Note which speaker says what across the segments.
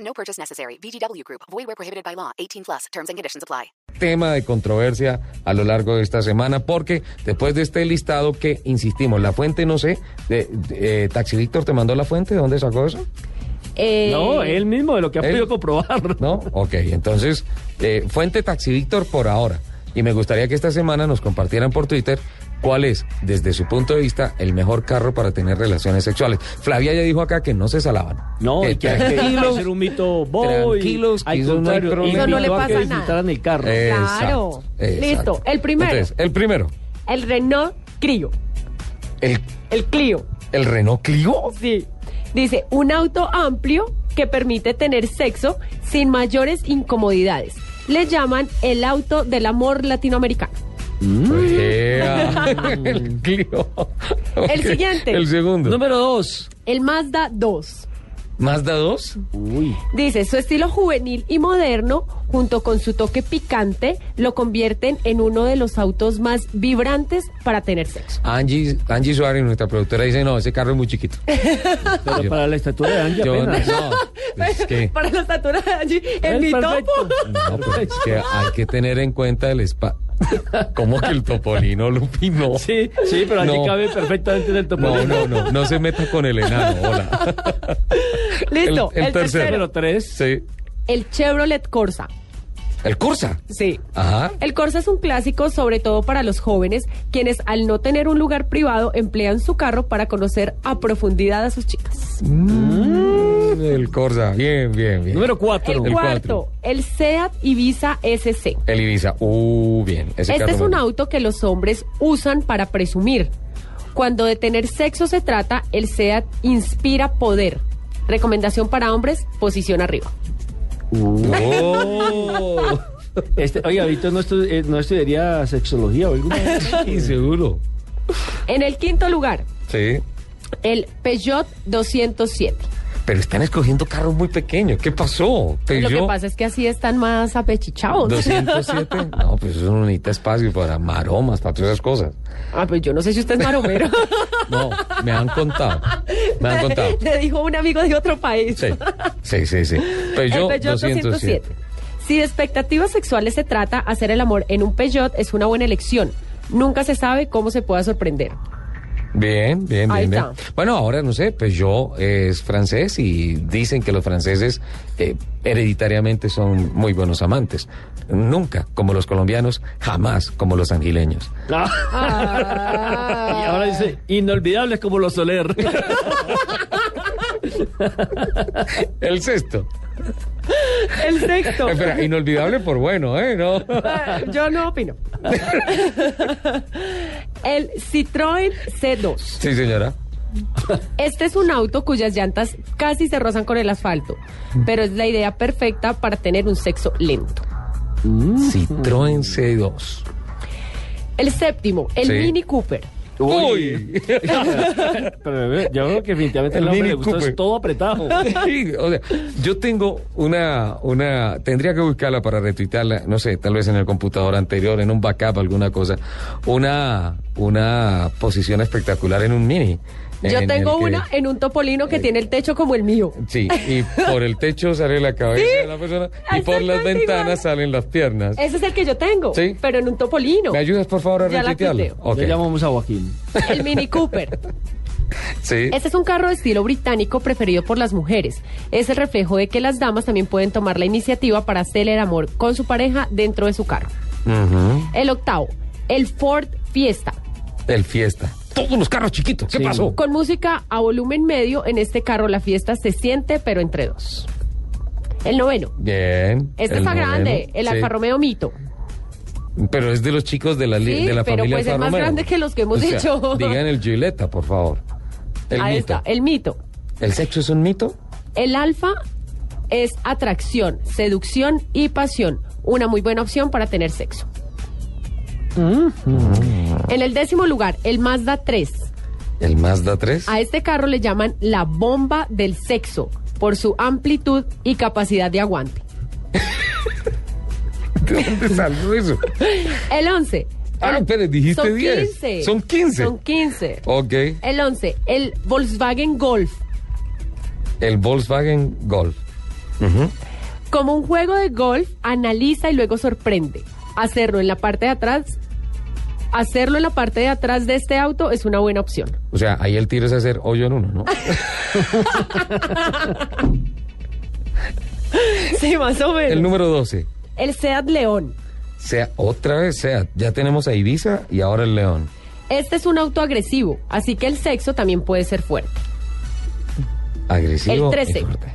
Speaker 1: No purchase necessary. VGW Group. Void where prohibited by law. 18 plus. Terms and conditions apply.
Speaker 2: tema de controversia a lo largo de esta semana, porque después de este listado que, insistimos, la fuente no sé, de, de- eh, Taxi Víctor te mandó la fuente, ¿de dónde sacó eso?
Speaker 3: Eh,
Speaker 4: No, él mismo, de lo que ha
Speaker 2: él-
Speaker 4: podido comprobar.
Speaker 2: ¿No? Ok, entonces, eh, fuente Taxi Víctor por ahora. Y me gustaría que esta semana nos compartieran por Twitter cuál es, desde su punto de vista, el mejor carro para tener relaciones sexuales. Flavia ya dijo acá que no se salaban.
Speaker 4: No,
Speaker 2: Que
Speaker 4: y que hay que
Speaker 2: tranquilos,
Speaker 4: hacer un mito boy.
Speaker 2: tranquilos, que
Speaker 4: al
Speaker 2: eso no hay
Speaker 4: contrario,
Speaker 2: problema.
Speaker 3: Eso no le
Speaker 4: invitó a que
Speaker 3: pasa
Speaker 4: disfrutaran
Speaker 3: nada.
Speaker 4: el carro.
Speaker 2: Eh,
Speaker 3: Claro. Listo, el primero.
Speaker 2: Entonces, el primero.
Speaker 3: El Renault Clio.
Speaker 2: El,
Speaker 3: El Clio.
Speaker 2: el Renault Clio.
Speaker 3: Sí. Dice, un auto amplio que permite tener sexo sin mayores incomodidades. Le llaman el auto del amor latinoamericano.
Speaker 2: Ea, el Clio.
Speaker 3: El
Speaker 2: Ok,
Speaker 3: siguiente.
Speaker 2: ah, El segundo.
Speaker 4: Número dos.
Speaker 3: El Mazda 2.
Speaker 2: ¿Mazda 2?
Speaker 4: Uy.
Speaker 3: Dice, su estilo juvenil y moderno, junto con su toque picante, lo convierten en uno de los autos más vibrantes para tener sexo.
Speaker 2: Angie, Angie Suárez, nuestra productora, dice, no, ese carro es muy chiquito.
Speaker 4: Pero Ah, para la estatura de Angie
Speaker 2: Yo, no,
Speaker 4: apenas.
Speaker 2: es que,
Speaker 3: Para la estatura de allí,
Speaker 4: Es
Speaker 3: en mi
Speaker 4: perfecto.
Speaker 3: topo.
Speaker 2: no, pues es que hay que tener en cuenta el spa. ¿Cómo que el topolino, Lupi? No.
Speaker 4: Sí, sí, pero Angie
Speaker 2: No.
Speaker 4: cabe perfectamente en el
Speaker 2: No,
Speaker 4: topolino.
Speaker 2: no, no, no se meta con el enano, hola.
Speaker 3: Listo,
Speaker 2: El- el tercero.
Speaker 3: el tercero.
Speaker 4: Número tres.
Speaker 2: Sí.
Speaker 3: El Chevrolet Corsa.
Speaker 2: El Cursa.
Speaker 3: Sí.
Speaker 2: Ajá.
Speaker 3: El Corsa es un clásico, sobre todo para los jóvenes, quienes al no tener un lugar privado emplean su carro para conocer a profundidad a sus chicas.
Speaker 2: El Corsa. Bien, bien, bien.
Speaker 4: Número cuatro.
Speaker 3: El,
Speaker 2: El cuatro.
Speaker 3: cuarto, el Seat Ibiza SC.
Speaker 2: El Ibiza. Uh, bien. Ese
Speaker 3: Este
Speaker 2: carro
Speaker 3: es
Speaker 2: me
Speaker 3: un
Speaker 2: gusta.
Speaker 3: auto que los hombres usan para presumir. Cuando de tener sexo se trata, el Seat inspira poder. Recomendación para hombres, posición arriba.
Speaker 2: Oh.
Speaker 4: Este, oiga, Víctor, ¿no, estu- eh, no estudiaría sexología o alguna cosa?
Speaker 2: Sí, seguro.
Speaker 3: En el quinto lugar,
Speaker 2: Sí.
Speaker 3: el Peugeot 207.
Speaker 2: Pero están escogiendo carros muy pequeños. ¿Qué pasó?
Speaker 3: Lo que
Speaker 2: Peugeot
Speaker 3: pasa es que así están más apechichados.
Speaker 2: 207. No, pues eso no necesita espacio para maromas, para todas esas cosas.
Speaker 3: Ah, pues yo no sé si usted es maromero.
Speaker 2: No, me han contado. Me han contado.
Speaker 3: Le dijo un amigo de otro país.
Speaker 2: Sí, sí, sí. sí. Peugeot,
Speaker 3: el Peugeot 207.
Speaker 2: 207.
Speaker 3: Si de expectativas sexuales se trata, hacer el amor en un Peugeot es una buena elección. Nunca se sabe cómo se pueda sorprender.
Speaker 2: Bien, bien,
Speaker 3: Ahí
Speaker 2: bien, bien.
Speaker 3: está.
Speaker 2: Bueno, ahora no sé, Peugeot es francés y dicen que los franceses eh, hereditariamente son muy buenos amantes. Nunca, como los colombianos, jamás como los angileños.
Speaker 4: No. Y ahora dice, inolvidables como los Soler.
Speaker 2: El sexto.
Speaker 3: El sexto.
Speaker 2: Espera, inolvidable por bueno, ¿eh? No.
Speaker 3: Eh, Yo no opino. El Citroën C2.
Speaker 2: Sí, señora.
Speaker 3: Este es un auto cuyas llantas casi se rozan con el asfalto, pero es la idea perfecta para tener un sexo lento.
Speaker 2: Citroën C2.
Speaker 3: El séptimo, el
Speaker 2: Sí.
Speaker 3: Mini Cooper.
Speaker 2: Uy.
Speaker 4: Pero bebé, yo creo que definitivamente
Speaker 2: El
Speaker 4: el hombre
Speaker 2: Mini
Speaker 4: le gusta
Speaker 2: Cooper.
Speaker 4: es todo apretado.
Speaker 2: Sí, o sea, yo tengo una, una, tendría que buscarla para retuitarla, no sé, tal vez en el computador anterior, en un backup, alguna cosa, una, una posición espectacular en un mini.
Speaker 3: Yo
Speaker 2: en
Speaker 3: tengo
Speaker 2: el que- Eh,
Speaker 3: una en un topolino que tiene el techo como el mío.
Speaker 2: Sí, y por el techo sale la cabeza
Speaker 3: Sí,
Speaker 2: de la persona y por
Speaker 3: exactamente
Speaker 2: las ventanas
Speaker 3: igual.
Speaker 2: salen las piernas.
Speaker 3: Ese es el que yo tengo,
Speaker 2: Sí.
Speaker 3: pero en un topolino.
Speaker 2: ¿Me ayudas por favor a
Speaker 3: Ya la
Speaker 2: retuitearla?
Speaker 3: tuiteo.
Speaker 2: Ok.
Speaker 4: Le llamamos a Joaquín.
Speaker 3: El Mini Cooper.
Speaker 2: Sí.
Speaker 3: Este es un carro de estilo británico preferido por las mujeres. Es el reflejo de que las damas también pueden tomar la iniciativa para hacer el amor con su pareja dentro de su carro.
Speaker 2: Ujú.
Speaker 3: El octavo, el Ford Fiesta.
Speaker 2: El fiesta. Todos los carros chiquitos. ¿Qué
Speaker 4: Sí.
Speaker 2: pasó?
Speaker 3: Con música a volumen medio, en este carro la fiesta se siente, pero entre dos. El noveno.
Speaker 2: Bien.
Speaker 3: Este
Speaker 2: el
Speaker 3: está
Speaker 2: noveno.
Speaker 3: grande, el
Speaker 2: Sí.
Speaker 3: Alfa Romeo Mito.
Speaker 2: Pero es de los chicos de la, li-
Speaker 3: Sí,
Speaker 2: de la
Speaker 3: pero
Speaker 2: familia
Speaker 3: pues es
Speaker 2: Alfa
Speaker 3: más
Speaker 2: Romeo.
Speaker 3: grande que los que hemos
Speaker 2: sea,
Speaker 3: dicho.
Speaker 2: Digan el Gileta, por favor. El
Speaker 3: Ahí
Speaker 2: mito.
Speaker 3: está, el Mito.
Speaker 2: ¿El sexo es un mito?
Speaker 3: El Alfa es atracción, seducción y pasión. Una muy buena opción para tener sexo. En el décimo lugar, el Mazda 3.
Speaker 2: ¿El Mazda 3?
Speaker 3: A este carro le llaman la bomba del sexo por su amplitud y capacidad de aguante.
Speaker 2: ¿De dónde salió eso?
Speaker 3: El 11.
Speaker 2: Ah, pero dijiste 10. Son 15.
Speaker 3: Son 15.
Speaker 2: Ok.
Speaker 3: El 11, el Volkswagen Golf.
Speaker 2: El Volkswagen Golf.
Speaker 3: Como un juego de golf, analiza y luego sorprende. Hacerlo en la parte de atrás, hacerlo en la parte de atrás de este auto es una buena opción.
Speaker 2: O sea, ahí el tiro es hacer hoyo en uno, ¿no?
Speaker 3: Sí, más o menos.
Speaker 2: el
Speaker 3: El,
Speaker 2: número 12.
Speaker 3: Seat León.
Speaker 2: Sea, otra vez, sea, ya tenemos a Ibiza y ahora el León.
Speaker 3: Este es un auto agresivo, así que el sexo también puede ser fuerte.
Speaker 2: Agresivo.
Speaker 3: El
Speaker 2: y
Speaker 3: 13.
Speaker 2: fuerte.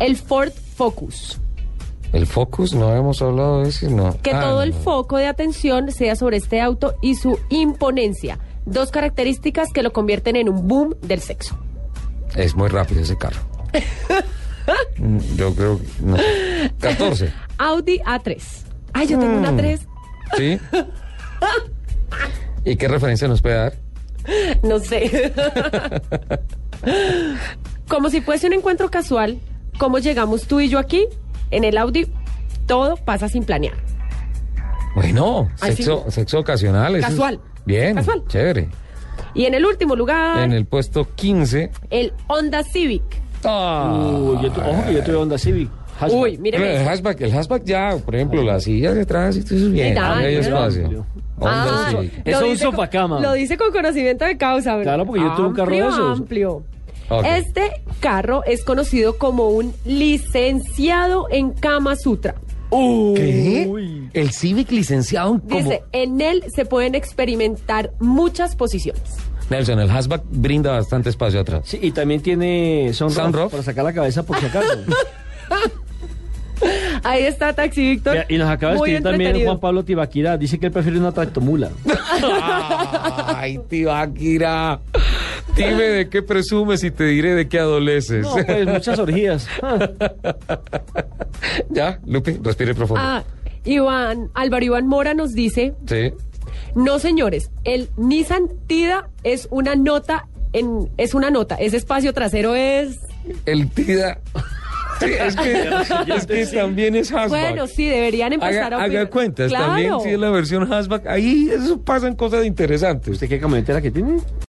Speaker 3: El Ford Focus.
Speaker 2: El Focus, no hemos hablado de ese, no.
Speaker 3: Que
Speaker 2: Ah,
Speaker 3: todo el
Speaker 2: no.
Speaker 3: foco de atención sea sobre este auto y su imponencia. Dos características que lo convierten en un boom del sexo.
Speaker 2: Es muy rápido ese carro. Mm, Yo creo que. No. 14.
Speaker 3: Audi A3. Ay, yo tengo
Speaker 2: Hmm.
Speaker 3: una 3.
Speaker 2: ¿Sí? ¿Y qué referencia nos puede dar?
Speaker 3: No sé. como si fuese un encuentro casual, ¿cómo llegamos tú y yo aquí? En el Audi todo pasa sin planear.
Speaker 2: Bueno,
Speaker 3: Ay,
Speaker 2: sexo,
Speaker 3: sí.
Speaker 2: sexo ocasional. eso es-
Speaker 3: Casual.
Speaker 2: Bien.
Speaker 3: Casual. Ah.
Speaker 2: Chévere.
Speaker 3: Y en el último lugar,
Speaker 2: En
Speaker 3: el...
Speaker 2: el puesto 15.
Speaker 3: Honda Civic.
Speaker 2: ¡Ah!
Speaker 4: Uy, yo tu- ojo que yo tuve onda Civic. Hashtag.
Speaker 3: Uy,
Speaker 2: Bueno,
Speaker 3: míreme.
Speaker 2: el hatchback, el hatchback ya, por ejemplo, las sillas de atrás y todo eso es bien,
Speaker 3: Detalle.
Speaker 2: ahí hay espacio.
Speaker 4: Amplio.
Speaker 2: Honda
Speaker 3: Ah,
Speaker 2: Civic.
Speaker 3: lo
Speaker 4: Eso es un
Speaker 3: dice con-
Speaker 4: sofacama.
Speaker 3: Lo dice con conocimiento de causa, ¿verdad?
Speaker 4: Claro, porque yo tuve un carro de
Speaker 3: Amplio,
Speaker 4: esos.
Speaker 3: amplio.
Speaker 2: Ok.
Speaker 3: Este carro es conocido como un licenciado en Kama Sutra.
Speaker 4: Uy.
Speaker 2: El Civic licenciado en como-
Speaker 3: Dice, en él se pueden experimentar muchas posiciones.
Speaker 2: Nelson, el hatchback brinda bastante espacio atrás.
Speaker 4: Sí, y también tiene
Speaker 2: Sunroof.
Speaker 4: sunroof para sacar la cabeza por si acaso.
Speaker 3: Ahí está Taxi Víctor.
Speaker 4: Mira, y nos acaba de
Speaker 3: Muy
Speaker 4: escribir también
Speaker 3: entretenido.
Speaker 4: Juan Pablo Tibaquira. Dice que él prefiere una tractomula.
Speaker 2: Ay, tío Akira. Dime de qué presumes y te diré de qué adoleces.
Speaker 4: No, pues muchas orgías. Ah,
Speaker 2: ya, Lupe, respire profundo.
Speaker 3: Ah, Iván, Álvaro Iván Mora nos dice,
Speaker 2: Sí.
Speaker 3: no señores, el Nissan Tida es una nota, en, es una nota, ese espacio trasero es...
Speaker 2: El Tida. Sí, es que, es que también es hatchback.
Speaker 3: Bueno, sí, deberían
Speaker 2: Haga,
Speaker 3: empezar a...
Speaker 2: haga
Speaker 3: opinar.
Speaker 2: cuentas,
Speaker 3: Claro.
Speaker 2: también si es la versión hatchback, ahí eso pasan cosas interesantes.
Speaker 4: ¿Usted qué camionetera que tiene?